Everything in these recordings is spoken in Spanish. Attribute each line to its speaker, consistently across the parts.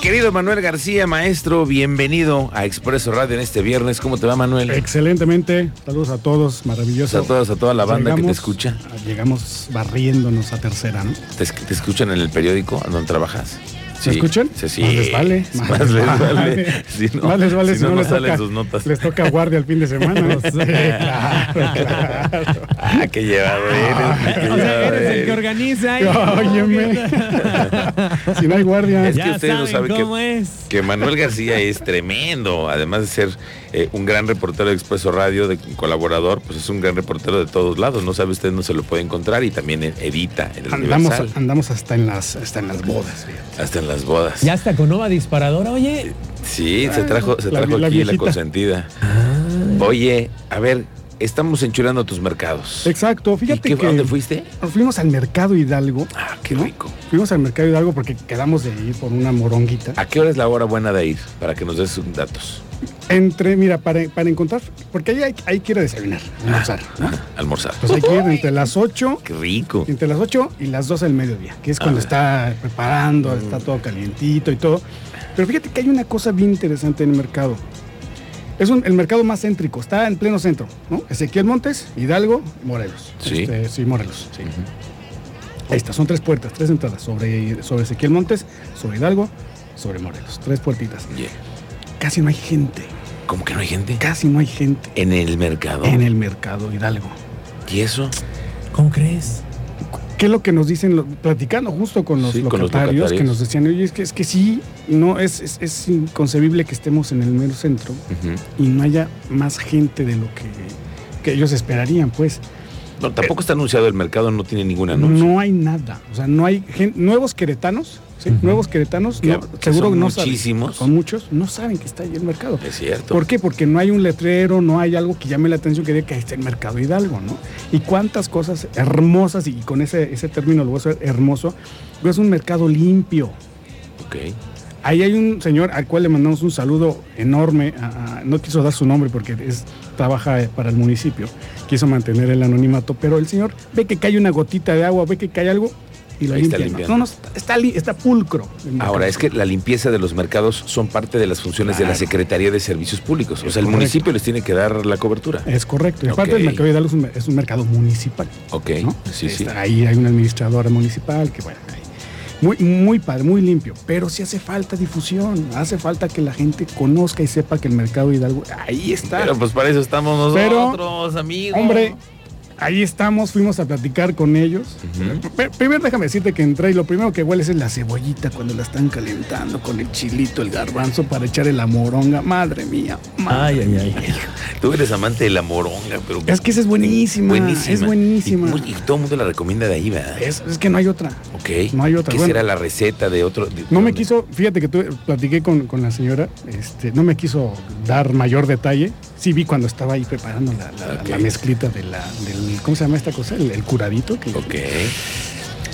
Speaker 1: querido Manuel García, maestro, bienvenido a Expreso Radio en este viernes. ¿Cómo te va, Manuel?
Speaker 2: Excelentemente, saludos a todos, maravilloso. Pues
Speaker 1: a todos, a toda la banda que te
Speaker 2: Llegamos-
Speaker 1: escucha.
Speaker 2: Llegamos barriéndonos a tercera, ¿no?
Speaker 1: ¿Te, es- te escuchan en el periódico donde trabajas?
Speaker 2: ¿Se escuchan?
Speaker 1: Sí, sí.
Speaker 2: Más les vale.
Speaker 1: Más, les vale. Si no,
Speaker 2: Más les vale
Speaker 1: si no, no
Speaker 2: les
Speaker 1: salen
Speaker 2: toca-
Speaker 1: sus notas.
Speaker 2: Les toca guardia el fin de semana. Sí, claro, claro.
Speaker 1: Ah, qué llevado
Speaker 2: Ah,
Speaker 1: eres. qué
Speaker 3: O sea,
Speaker 1: llevado
Speaker 3: eres el
Speaker 1: eres.
Speaker 3: que organiza. y-
Speaker 2: Óyeme. Si no hay guardia.
Speaker 1: Es que
Speaker 3: Ya
Speaker 1: ustedes no
Speaker 3: saben
Speaker 1: saben que-
Speaker 3: cómo es.
Speaker 1: que Manuel García es tremendo, además de ser eh, un gran reportero de Expreso Radio, de colaborador, pues es un gran reportero de todos lados, no sabe usted no se lo puede encontrar y también eh, edita en el
Speaker 2: Andamos,
Speaker 1: Universal,
Speaker 2: andamos hasta en las hasta en las bodas. fíjate.
Speaker 1: hasta en las bodas.
Speaker 3: Ya está con nueva disparadora, oye.
Speaker 1: Sí, se trajo, se
Speaker 2: La
Speaker 1: trajo
Speaker 2: vi- la
Speaker 1: aquí la,
Speaker 2: viejita. Ah.
Speaker 1: consentida. Oye, a ver, estamos enchurando tus mercados.
Speaker 2: Exacto,
Speaker 1: ¿Y
Speaker 2: fíjate
Speaker 1: qué-
Speaker 2: que
Speaker 1: a dónde fuiste?
Speaker 2: nos fuimos al mercado Hidalgo.
Speaker 1: Ah, qué
Speaker 2: ¿no?
Speaker 1: rico.
Speaker 2: Fuimos al mercado Hidalgo porque quedamos de ir por una moronguita.
Speaker 1: ¿A qué hora es la hora buena de ir? Para que nos des sus datos.
Speaker 2: Entre, mira, para, para encontrar, porque ahí hay, hay que ir a desayunar, a almorzar, ¿no?
Speaker 1: Ah, almorzar.
Speaker 2: Entonces hay que ir entre las 8,
Speaker 1: Qué rico.
Speaker 2: entre las 8 y las 12 del mediodía, que es cuando está
Speaker 1: Mm.
Speaker 2: preparando, está todo calientito y todo. Pero fíjate que hay una cosa bien interesante en el mercado. Es un- el mercado más céntrico, está en pleno centro, ¿no? Ezequiel Montes, Hidalgo, Morelos.
Speaker 1: Sí.
Speaker 2: Este, sí, Morelos, sí. Ahí está, son tres puertas, tres entradas, sobre, sobre Ezequiel Montes, sobre Hidalgo, sobre Morelos, tres puertitas.
Speaker 1: Oye,
Speaker 2: Casi no hay gente,
Speaker 1: ¿Cómo que no hay gente?
Speaker 2: casi no hay gente
Speaker 1: En el mercado.
Speaker 2: en el mercado Hidalgo.
Speaker 1: ¿Y eso?
Speaker 3: ¿Cómo crees?
Speaker 2: ¿Qué es lo que nos dicen, lo- platicando justo con los
Speaker 1: Sí, con los
Speaker 2: locatarios, que
Speaker 1: locatarios.
Speaker 2: nos decían, oye, es que, es que sí, no, es, es, es inconcebible que estemos en el mero centro
Speaker 1: Ujú.
Speaker 2: y no haya más gente de lo que, que ellos esperarían, pues.
Speaker 1: No, tampoco está anunciado el mercado, Ah, no tiene ningún anuncio.
Speaker 2: No hay nada, o sea, no hay gen- nuevos queretanos, ¿sí?
Speaker 3: Ujú.
Speaker 2: nuevos queretanos,
Speaker 1: Que-
Speaker 2: no-
Speaker 1: que
Speaker 2: seguro
Speaker 1: son
Speaker 2: no
Speaker 1: muchísimos.
Speaker 2: saben, son muchos, no saben que está ahí el mercado.
Speaker 1: Es cierto.
Speaker 2: ¿Por qué? Porque no hay un letrero, no hay algo que llame la atención que diga que ahí está el mercado Hidalgo, ¿no? Y cuántas cosas hermosas, y con ese, ese término lo voy a hacer hermoso, pero es un mercado limpio.
Speaker 1: Ok.
Speaker 2: Ahí hay un señor al cual le mandamos un saludo enorme, a- a- no quiso dar su nombre porque es, trabaja eh, para el municipio, quiso mantener el anonimato, pero el señor ve que cae una gotita de agua, ve que cae algo y lo
Speaker 1: Ahí está
Speaker 2: limpia. ¿no?
Speaker 1: limpiando.
Speaker 2: No, no, está, está li- está pulcro. el mercado.
Speaker 1: Ahora, es que la limpieza de los mercados son parte de las funciones de la
Speaker 2: Claro.
Speaker 1: Secretaría de Servicios Públicos. O sea, el
Speaker 2: Correcto. Eh,
Speaker 1: municipio les tiene que dar la cobertura.
Speaker 2: Es correcto. Y aparte
Speaker 1: Ok.
Speaker 2: el mercado Hidalgo es un, mer- es un mercado municipal.
Speaker 1: Ok,
Speaker 2: ¿no?
Speaker 1: sí, sí.
Speaker 2: Está Ahí hay una administradora municipal que, bueno, ahí. Muy, muy padre, muy limpio, pero sí hace falta difusión, hace falta que la gente conozca y sepa que el mercado Hidalgo, ahí está.
Speaker 1: Pero pues para eso estamos
Speaker 2: Pero,
Speaker 1: nosotros, amigos.
Speaker 2: Hombre, ahí estamos, fuimos a platicar con ellos.
Speaker 1: Ujú.
Speaker 2: Pe- Primero déjame decirte que entré y lo primero que hueles es la cebollita cuando la están calentando con el chilito, el garbanzo para echarle la moronga. Madre mía, madre
Speaker 3: Ay, ay, ay.
Speaker 2: mía.
Speaker 1: Tú eres amante de la moronga, pero...
Speaker 2: Es que esa es buenísima,
Speaker 1: Buenísima.
Speaker 2: es buenísima.
Speaker 1: Y mu- Y, todo el mundo la recomienda de ahí, ¿verdad?
Speaker 2: Es, es que no hay otra.
Speaker 1: ok.
Speaker 2: no hay otra.
Speaker 1: ¿Qué
Speaker 2: Bueno.
Speaker 1: será la receta de otro? de-
Speaker 2: No me
Speaker 1: de-
Speaker 2: quiso, fíjate que tú eh, platiqué con, con la señora, este, no me quiso dar mayor detalle. Sí vi cuando estaba ahí preparando la, la-
Speaker 1: Ok.
Speaker 2: la mezclita de la, del, ¿cómo se llama esta cosa? El, el curadito. que-
Speaker 1: Ok.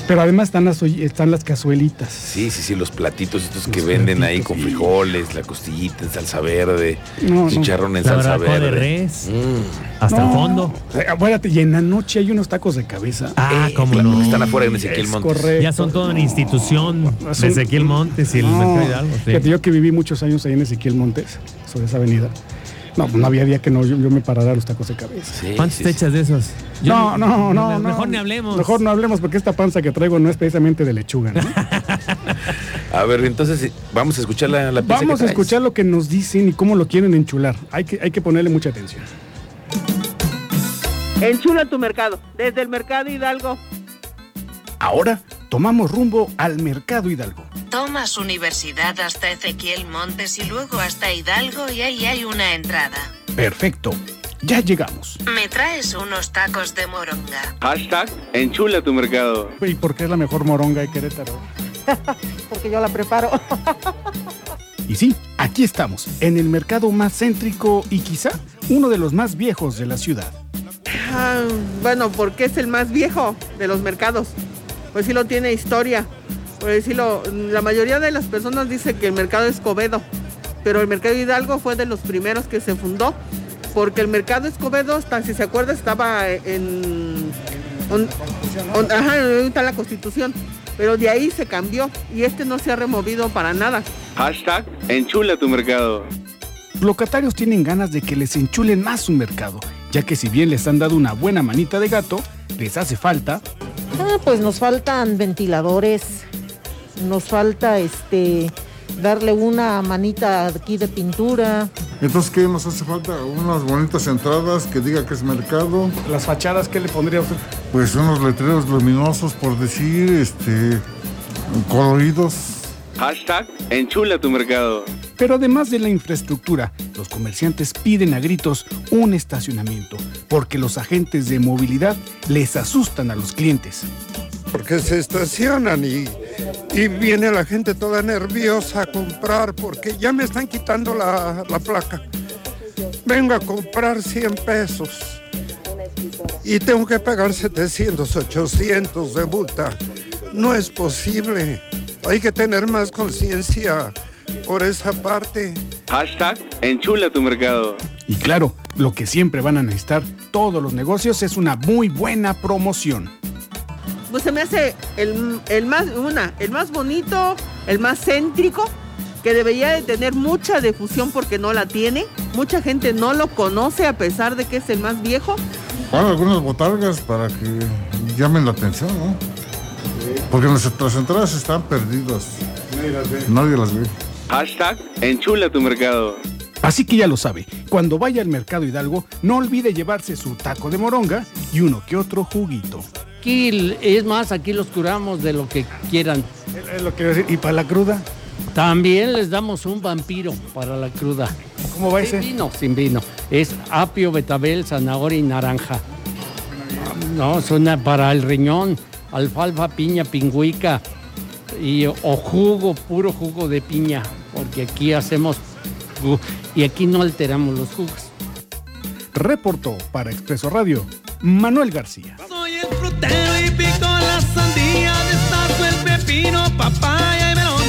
Speaker 2: Pero además están las, olli- están las cazuelitas.
Speaker 1: Sí, sí, sí, los platitos estos que
Speaker 2: Los
Speaker 1: venden ahí
Speaker 2: platitos,
Speaker 1: con
Speaker 2: sí.
Speaker 1: frijoles, la costillita en salsa verde,
Speaker 2: No, no.
Speaker 1: chicharrón en
Speaker 3: La
Speaker 1: salsa
Speaker 3: barbacoa de
Speaker 1: verde.
Speaker 3: res.
Speaker 1: Mm.
Speaker 3: Hasta
Speaker 2: No, Eh,
Speaker 3: el fondo.
Speaker 2: Acuérdate, y en la noche hay unos tacos de cabeza.
Speaker 3: Ah,
Speaker 1: Eh,
Speaker 3: cómo
Speaker 1: claro,
Speaker 3: no.
Speaker 1: Están afuera en Ezequiel
Speaker 2: Es
Speaker 1: Montes.
Speaker 2: correcto.
Speaker 3: Ya son toda una
Speaker 2: No,
Speaker 3: institución
Speaker 2: es
Speaker 3: de
Speaker 2: un-
Speaker 3: Ezequiel Montes y el
Speaker 2: No.
Speaker 3: Mercado Hidalgo. sí.
Speaker 2: Fíjate, yo que viví muchos años ahí en Ezequiel Montes, sobre esa avenida. No, no había día que no, yo, yo me parara a los tacos de cabeza.
Speaker 1: Sí,
Speaker 3: ¿Cuántos
Speaker 1: sí,
Speaker 3: te
Speaker 1: sí.
Speaker 3: echas de esos? Yo
Speaker 2: No, no, no, no.
Speaker 3: Mejor ni hablemos.
Speaker 2: Mejor no hablemos porque esta panza que traigo no es precisamente de lechuga. ¿no?
Speaker 1: A ver, entonces eh, vamos a escuchar la, la pieza que
Speaker 2: Vamos a
Speaker 1: traes.
Speaker 2: escuchar lo que nos dicen y cómo lo quieren enchular. Hay que, hay que ponerle mucha atención.
Speaker 4: Enchula tu mercado, desde el mercado Hidalgo.
Speaker 2: Ahora tomamos rumbo al mercado Hidalgo.
Speaker 5: Tomas Universidad hasta Ezequiel Montes y luego hasta Hidalgo y ahí hay una entrada.
Speaker 2: Perfecto, ya llegamos.
Speaker 5: Me traes unos tacos de moronga.
Speaker 6: Hashtag enchula tu mercado.
Speaker 2: ¿Y por qué es la mejor moronga de Querétaro?
Speaker 4: Porque yo la preparo.
Speaker 2: Y sí, aquí estamos, en el mercado más céntrico y quizá uno de los más viejos de la ciudad.
Speaker 4: Ah, bueno, porque es el más viejo de los mercados. Pues sí lo tiene historia. Pues sí lo, la mayoría de las personas dice que el mercado Escobedo, pero el mercado Hidalgo fue de los primeros que se fundó, porque el mercado Escobedo, hasta si se acuerda, estaba en, on- on- ajá, ahorita la Constitución, pero de ahí se cambió y este no se ha removido para nada.
Speaker 6: Hashtag enchula tu mercado.
Speaker 2: locatarios tienen ganas de que les enchulen más su mercado, ya que si bien les han dado una buena manita de gato, les hace falta
Speaker 7: Ah, pues nos faltan ventiladores, nos falta este darle una manita aquí de pintura.
Speaker 8: Entonces, ¿qué nos hace falta? Unas bonitas entradas que diga que es mercado,
Speaker 2: las fachadas que le pondría usted.
Speaker 8: pues unos letreros luminosos, por decir, este, coloridos.
Speaker 6: Hashtag enchula tu mercado.
Speaker 2: Pero además de la infraestructura, los comerciantes piden a gritos un estacionamiento, porque los agentes de movilidad les asustan a los clientes.
Speaker 9: porque se estacionan y, y viene la gente toda nerviosa a comprar porque ya me están quitando la, la placa. Vengo a comprar 100 pesos y tengo que pagar 700, 800 de multa. No es posible. Hay que tener más conciencia por esa parte.
Speaker 6: Hashtag enchula tu mercado.
Speaker 2: Y claro, lo que siempre van a necesitar todos los negocios es una muy buena promoción.
Speaker 4: Pues se me hace el, el más, una, el más bonito, el más céntrico, que debería de tener mucha difusión porque no la tiene. Mucha gente no lo conoce a pesar de que es el más viejo.
Speaker 8: Bueno, algunas botargas para que llamen la atención, ¿no? Porque nuestras entradas están perdidas. Nadie las ve.
Speaker 6: Hashtag enchula tu mercado.
Speaker 2: Así que ya lo sabe, cuando vaya al mercado Hidalgo, no olvide llevarse su taco de moronga y uno que otro juguito.
Speaker 10: Aquí, es más, aquí los curamos de lo que quieran.
Speaker 2: Es lo que iba a decir. ¿Y para la cruda?
Speaker 10: También les damos un vampiro para la cruda.
Speaker 2: ¿Cómo va
Speaker 10: Sin vino, sin vino. Es apio, betabel, zanahoria y naranja. No, suena para el riñón, alfalfa, piña, pingüica y o jugo, puro jugo de piña, porque aquí hacemos ju- y aquí no alteramos los jugos.
Speaker 2: Reportó para Expreso Radio, Manuel García.
Speaker 11: Soy el frutero y pico la sandía, destaco el pepino, papaya y melón,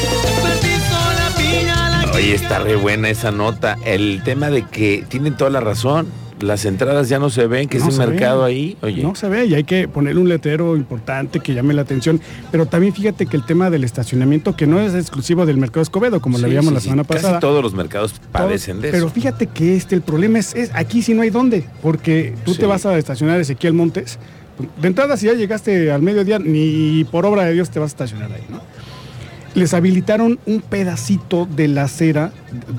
Speaker 11: perdizco la piña, la
Speaker 1: Oye, está re buena esa nota. El tema de que tienen toda la razón. Las entradas ya no se ven, que
Speaker 2: No
Speaker 1: es un
Speaker 2: se
Speaker 1: mercado
Speaker 2: ven.
Speaker 1: ahí. Oye,
Speaker 2: No se ve y hay que poner un letrero importante que llame la atención. Pero también fíjate que el tema del estacionamiento, que no es exclusivo del mercado Escobedo, como
Speaker 1: Sí,
Speaker 2: lo veíamos
Speaker 1: sí,
Speaker 2: la
Speaker 1: sí.
Speaker 2: semana pasada.
Speaker 1: Casi todos los mercados
Speaker 2: Todo-
Speaker 1: padecen de
Speaker 2: Pero
Speaker 1: eso.
Speaker 2: fíjate que este, el problema es, es aquí si no hay dónde, porque tú
Speaker 1: Sí.
Speaker 2: te vas a estacionar Ezequiel Montes. De entrada, si ya llegaste al mediodía, ni por obra de Dios te vas a estacionar ahí, ¿no? Les habilitaron un pedacito de la acera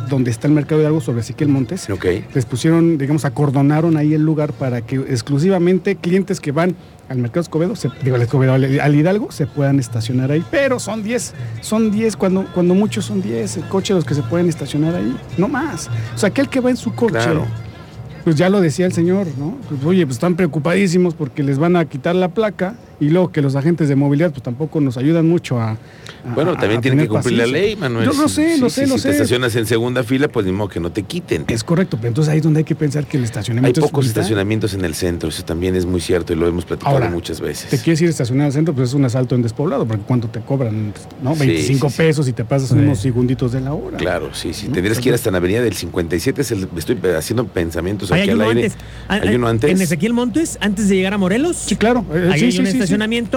Speaker 2: donde está el mercado de algo sobre Ezequiel Montes.
Speaker 1: Ok.
Speaker 2: Les pusieron, digamos, acordonaron ahí el lugar para que exclusivamente clientes que van al mercado Escobedo, se- digo, al Escobedo, al, al Hidalgo, se puedan estacionar ahí. Pero son 10, son 10, cuando, cuando muchos son 10 el coche los que se pueden estacionar ahí, no más. O sea, aquel que va en su coche,
Speaker 1: Claro.
Speaker 2: pues ya lo decía el señor, ¿no? Pues, oye, pues están preocupadísimos porque les van a quitar la placa y luego que los agentes de movilidad pues tampoco nos ayudan mucho a... a-
Speaker 1: Bueno,
Speaker 2: a-
Speaker 1: también
Speaker 2: a
Speaker 1: tienen que
Speaker 2: tener
Speaker 1: cumplir la
Speaker 2: paciencia.
Speaker 1: ley, Manuel.
Speaker 2: Yo lo sé,
Speaker 1: Sí,
Speaker 2: lo
Speaker 1: sí,
Speaker 2: sé,
Speaker 1: sí,
Speaker 2: lo
Speaker 1: si
Speaker 2: sé.
Speaker 1: te estacionas en segunda fila, pues ni modo que no te quiten.
Speaker 2: Es correcto, pero entonces ahí es donde hay que pensar que el
Speaker 1: Hay
Speaker 2: estacionamiento es
Speaker 1: pocos
Speaker 2: vital.
Speaker 1: estacionamientos en el centro, eso también es muy cierto y lo hemos platicado
Speaker 2: Ahora,
Speaker 1: muchas veces.
Speaker 2: te quieres ir a estacionar al centro, pues es un asalto en despoblado, porque cuánto te cobran, ¿no?
Speaker 1: Sí,
Speaker 2: 25
Speaker 1: sí, sí.
Speaker 2: pesos y te pasas
Speaker 3: Sí.
Speaker 2: unos segunditos de la hora.
Speaker 1: Claro, sí, sí.
Speaker 2: ¿No?
Speaker 1: Tendrías que ir hasta la avenida del 57. es el- estoy haciendo pensamientos
Speaker 3: Ahí
Speaker 1: aquí
Speaker 3: hay
Speaker 1: al
Speaker 3: uno
Speaker 1: aire.
Speaker 3: antes. Ah,
Speaker 1: Hay uno antes.
Speaker 3: En Ezequiel Montes, antes de llegar a Morelos.
Speaker 2: Sí, claro. eh,
Speaker 3: Ahí
Speaker 2: sí,
Speaker 3: hay
Speaker 2: sí,
Speaker 3: un
Speaker 2: sí, sí.
Speaker 3: estacionamiento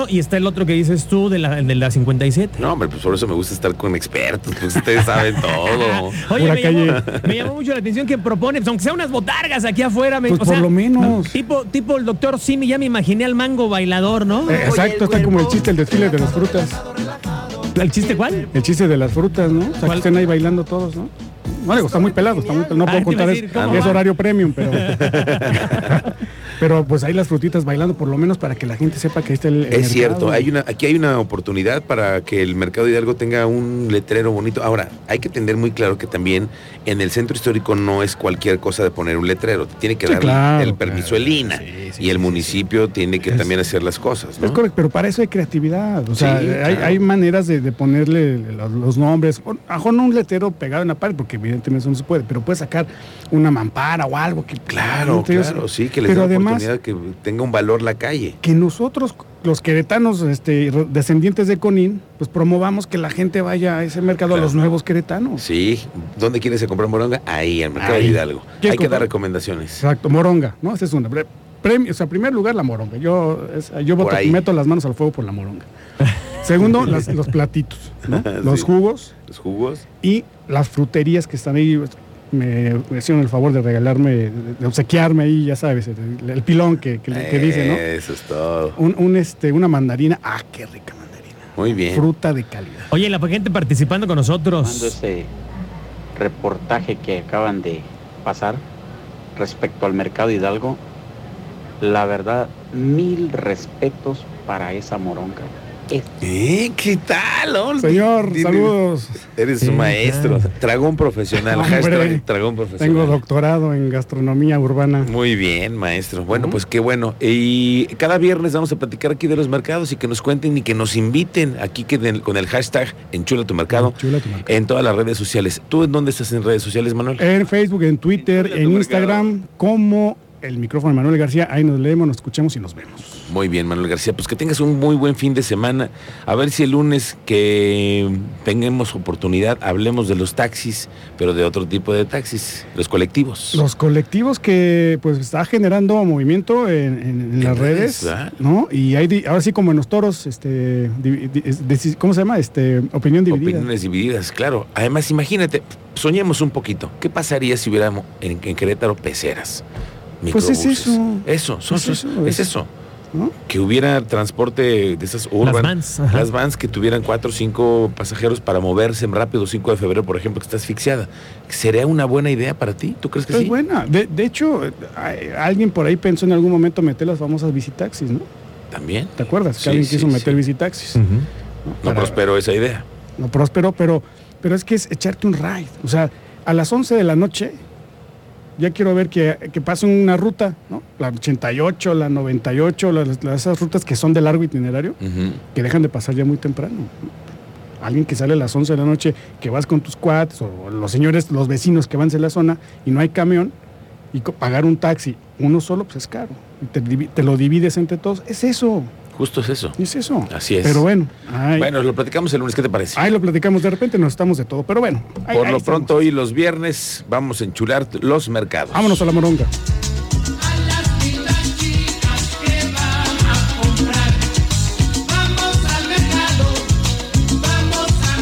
Speaker 3: y está el otro que dices tú de la, de la 57.
Speaker 1: No, hombre, pues por eso me gusta estar con expertos, pues ustedes saben todo.
Speaker 3: Oye,
Speaker 2: Pura
Speaker 3: me llamó,
Speaker 2: calle.
Speaker 3: me llamó mucho la atención que propone, pues, aunque sea unas botargas aquí afuera. me-
Speaker 2: Pues
Speaker 3: o
Speaker 2: por
Speaker 3: sea,
Speaker 2: lo menos.
Speaker 3: Tipo, tipo el doctor Simi, ya me imaginé al mango bailador, ¿no?
Speaker 2: Eh, exacto, está como el chiste, el desfile de las frutas.
Speaker 3: ¿El chiste cuál?
Speaker 2: El chiste de las frutas, ¿no? O sea, que
Speaker 3: ¿Cuál?
Speaker 2: estén ahí bailando todos, ¿no? No, digo, está muy pelado, está muy pelado. No
Speaker 3: Ah,
Speaker 2: puedo
Speaker 3: te iba a
Speaker 2: contar,
Speaker 3: decir,
Speaker 2: es,
Speaker 3: ¿cómo
Speaker 2: es
Speaker 3: va?
Speaker 2: horario premium, pero... pero pues ahí las frutitas bailando, por lo menos para que la gente sepa que ahí está el, el
Speaker 1: Es cierto,
Speaker 2: mercado.
Speaker 1: hay una, aquí hay una oportunidad para que el mercado de Hidalgo tenga un letrero bonito. Ahora, hay que tener muy claro que también en el centro histórico no es cualquier cosa de poner un letrero. Te tiene que
Speaker 2: Sí,
Speaker 1: dar
Speaker 2: claro,
Speaker 1: el
Speaker 2: claro.
Speaker 1: permiso el INAH,
Speaker 2: Sí, sí,
Speaker 1: y el
Speaker 2: sí,
Speaker 1: municipio tiene que
Speaker 2: Es-
Speaker 1: también hacer las cosas. ¿no?
Speaker 2: Es correcto, pero para eso hay creatividad. O
Speaker 1: Sí,
Speaker 2: sea, hay,
Speaker 1: claro.
Speaker 2: hay maneras de, de ponerle los, los nombres. O- A mejor no un letrero pegado en la pared, porque evidentemente eso no se puede, pero puedes sacar una mampara o algo que.
Speaker 1: Claro,
Speaker 2: Entonces,
Speaker 1: claro, sí, que les
Speaker 2: pero
Speaker 1: da
Speaker 2: además-
Speaker 1: oportunidad que tenga un valor la calle.
Speaker 2: Que nosotros, los queretanos este, re- descendientes de Conin, pues promovamos que la gente vaya a ese mercado,
Speaker 1: Claro.
Speaker 2: a los nuevos queretanos.
Speaker 1: Sí, ¿dónde quieres ir a comprar moronga? Ahí, al mercado
Speaker 2: Ahí.
Speaker 1: de Hidalgo.
Speaker 2: ¿Quieres
Speaker 1: Hay que dar
Speaker 2: comprar?
Speaker 1: recomendaciones.
Speaker 2: Exacto, moronga, ¿no? Esa es una. Pre- premio- o sea, en primer lugar, la moronga. Yo, es- yo
Speaker 1: Por
Speaker 2: voto-
Speaker 1: ahí.
Speaker 2: meto las manos al fuego por la moronga. Segundo, las- los platitos, ¿no? los
Speaker 1: Sí.
Speaker 2: jugos
Speaker 1: Los jugos.
Speaker 2: y las fruterías que están ahí. Me hicieron el favor de regalarme, de de obsequiarme ahí, ya sabes, el, el pilón que, que,
Speaker 1: Eh.
Speaker 2: que dice, ¿no?
Speaker 1: Eso es todo.
Speaker 2: Un, un, este, una mandarina. Ah, qué rica mandarina.
Speaker 1: Muy bien.
Speaker 2: Fruta de calidad.
Speaker 3: Oye, la gente participando con
Speaker 12: Mando
Speaker 3: nosotros.
Speaker 12: ese reportaje que acaban de pasar respecto al mercado Hidalgo, la verdad, mil respetos para esa moronga.
Speaker 1: Eh, ¿Qué tal? hombre?
Speaker 2: Señor,
Speaker 1: Dile-
Speaker 2: saludos.
Speaker 1: Eres un maestro. Tragón profesional.
Speaker 2: Hombre.
Speaker 1: Hashtag tragón
Speaker 2: Tengo
Speaker 1: profesional.
Speaker 2: doctorado en gastronomía urbana.
Speaker 1: Muy bien, maestro. Bueno, pues qué bueno. Y cada viernes vamos a platicar aquí de los mercados y que nos cuenten y que nos inviten aquí que den- con el hashtag Enchula tu mercado
Speaker 2: Chula tu marca.
Speaker 1: en todas las redes sociales. ¿Tú en dónde estás en redes sociales, Manuel?
Speaker 2: En Facebook, en Twitter, en Instagram, como el micrófono de Manuel García. Ahí nos leemos, nos escuchamos y nos vemos.
Speaker 1: Muy bien, Manuel García. Pues que tengas un muy buen fin de semana. A ver si el lunes que tengamos oportunidad hablemos de los taxis, pero de otro tipo de taxis, los colectivos.
Speaker 2: Los colectivos que pues está generando movimiento en, en- en las redes,
Speaker 1: ¿verdad?
Speaker 2: ¿no? Y hay, di- ahora sí como en los toros, este, di- di- es- deci- ¿cómo se llama? Este, opinión dividida.
Speaker 1: Opiniones divididas, claro. Además, imagínate, soñemos un poquito. ¿Qué pasaría si hubiéramos en, en Querétaro peceras?
Speaker 2: Pues es
Speaker 1: microbuses?
Speaker 2: eso.
Speaker 1: Eso, son-
Speaker 2: Es
Speaker 1: son- es,
Speaker 2: eso, es-
Speaker 1: eso.
Speaker 2: ¿no?
Speaker 1: Que hubiera transporte de esas urban.
Speaker 3: vans, ajá.
Speaker 1: las vans que tuvieran cuatro o cinco pasajeros para moverse rápido, 5 de febrero, por ejemplo, que está asfixiada. ¿Sería una buena idea para ti? ¿Tú crees que
Speaker 2: Es
Speaker 1: sí?
Speaker 2: buena. De, de hecho, eh, hay- alguien por ahí pensó en algún momento meter las famosas visitaxis, ¿no?
Speaker 1: También.
Speaker 2: ¿Te acuerdas? Que
Speaker 1: Sí,
Speaker 2: alguien
Speaker 1: sí,
Speaker 2: quiso meter
Speaker 1: sí. Mm.
Speaker 2: visitaxis.
Speaker 1: No
Speaker 2: Para-
Speaker 1: prosperó esa idea.
Speaker 2: No próspero, pero, pero es que es echarte un ride. O sea, a las 11 de la noche ya quiero ver que, que pase una ruta, ¿no? La 88, la 98, las- las- esas rutas que son de largo itinerario, que dejan de pasar ya muy temprano. Alguien que sale a las 11 de la noche, que vas con tus cuates o los señores, los vecinos que van hacia la zona y no hay camión y co- pagar un taxi uno solo, pues es caro. Y te, divi- te lo divides entre todos. Es eso,
Speaker 1: Justo es eso.
Speaker 2: es eso.
Speaker 1: Así es.
Speaker 2: Pero bueno, ahí,
Speaker 1: Bueno, lo platicamos el lunes. ¿Qué te parece?
Speaker 2: ahí lo platicamos. De repente nos estamos de todo, pero bueno. ahí-
Speaker 1: Por
Speaker 2: ahí
Speaker 1: lo
Speaker 2: estamos.
Speaker 1: pronto, hoy los viernes vamos a enchular los mercados.
Speaker 2: Vámonos a la moronga.